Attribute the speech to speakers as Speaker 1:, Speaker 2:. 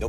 Speaker 1: No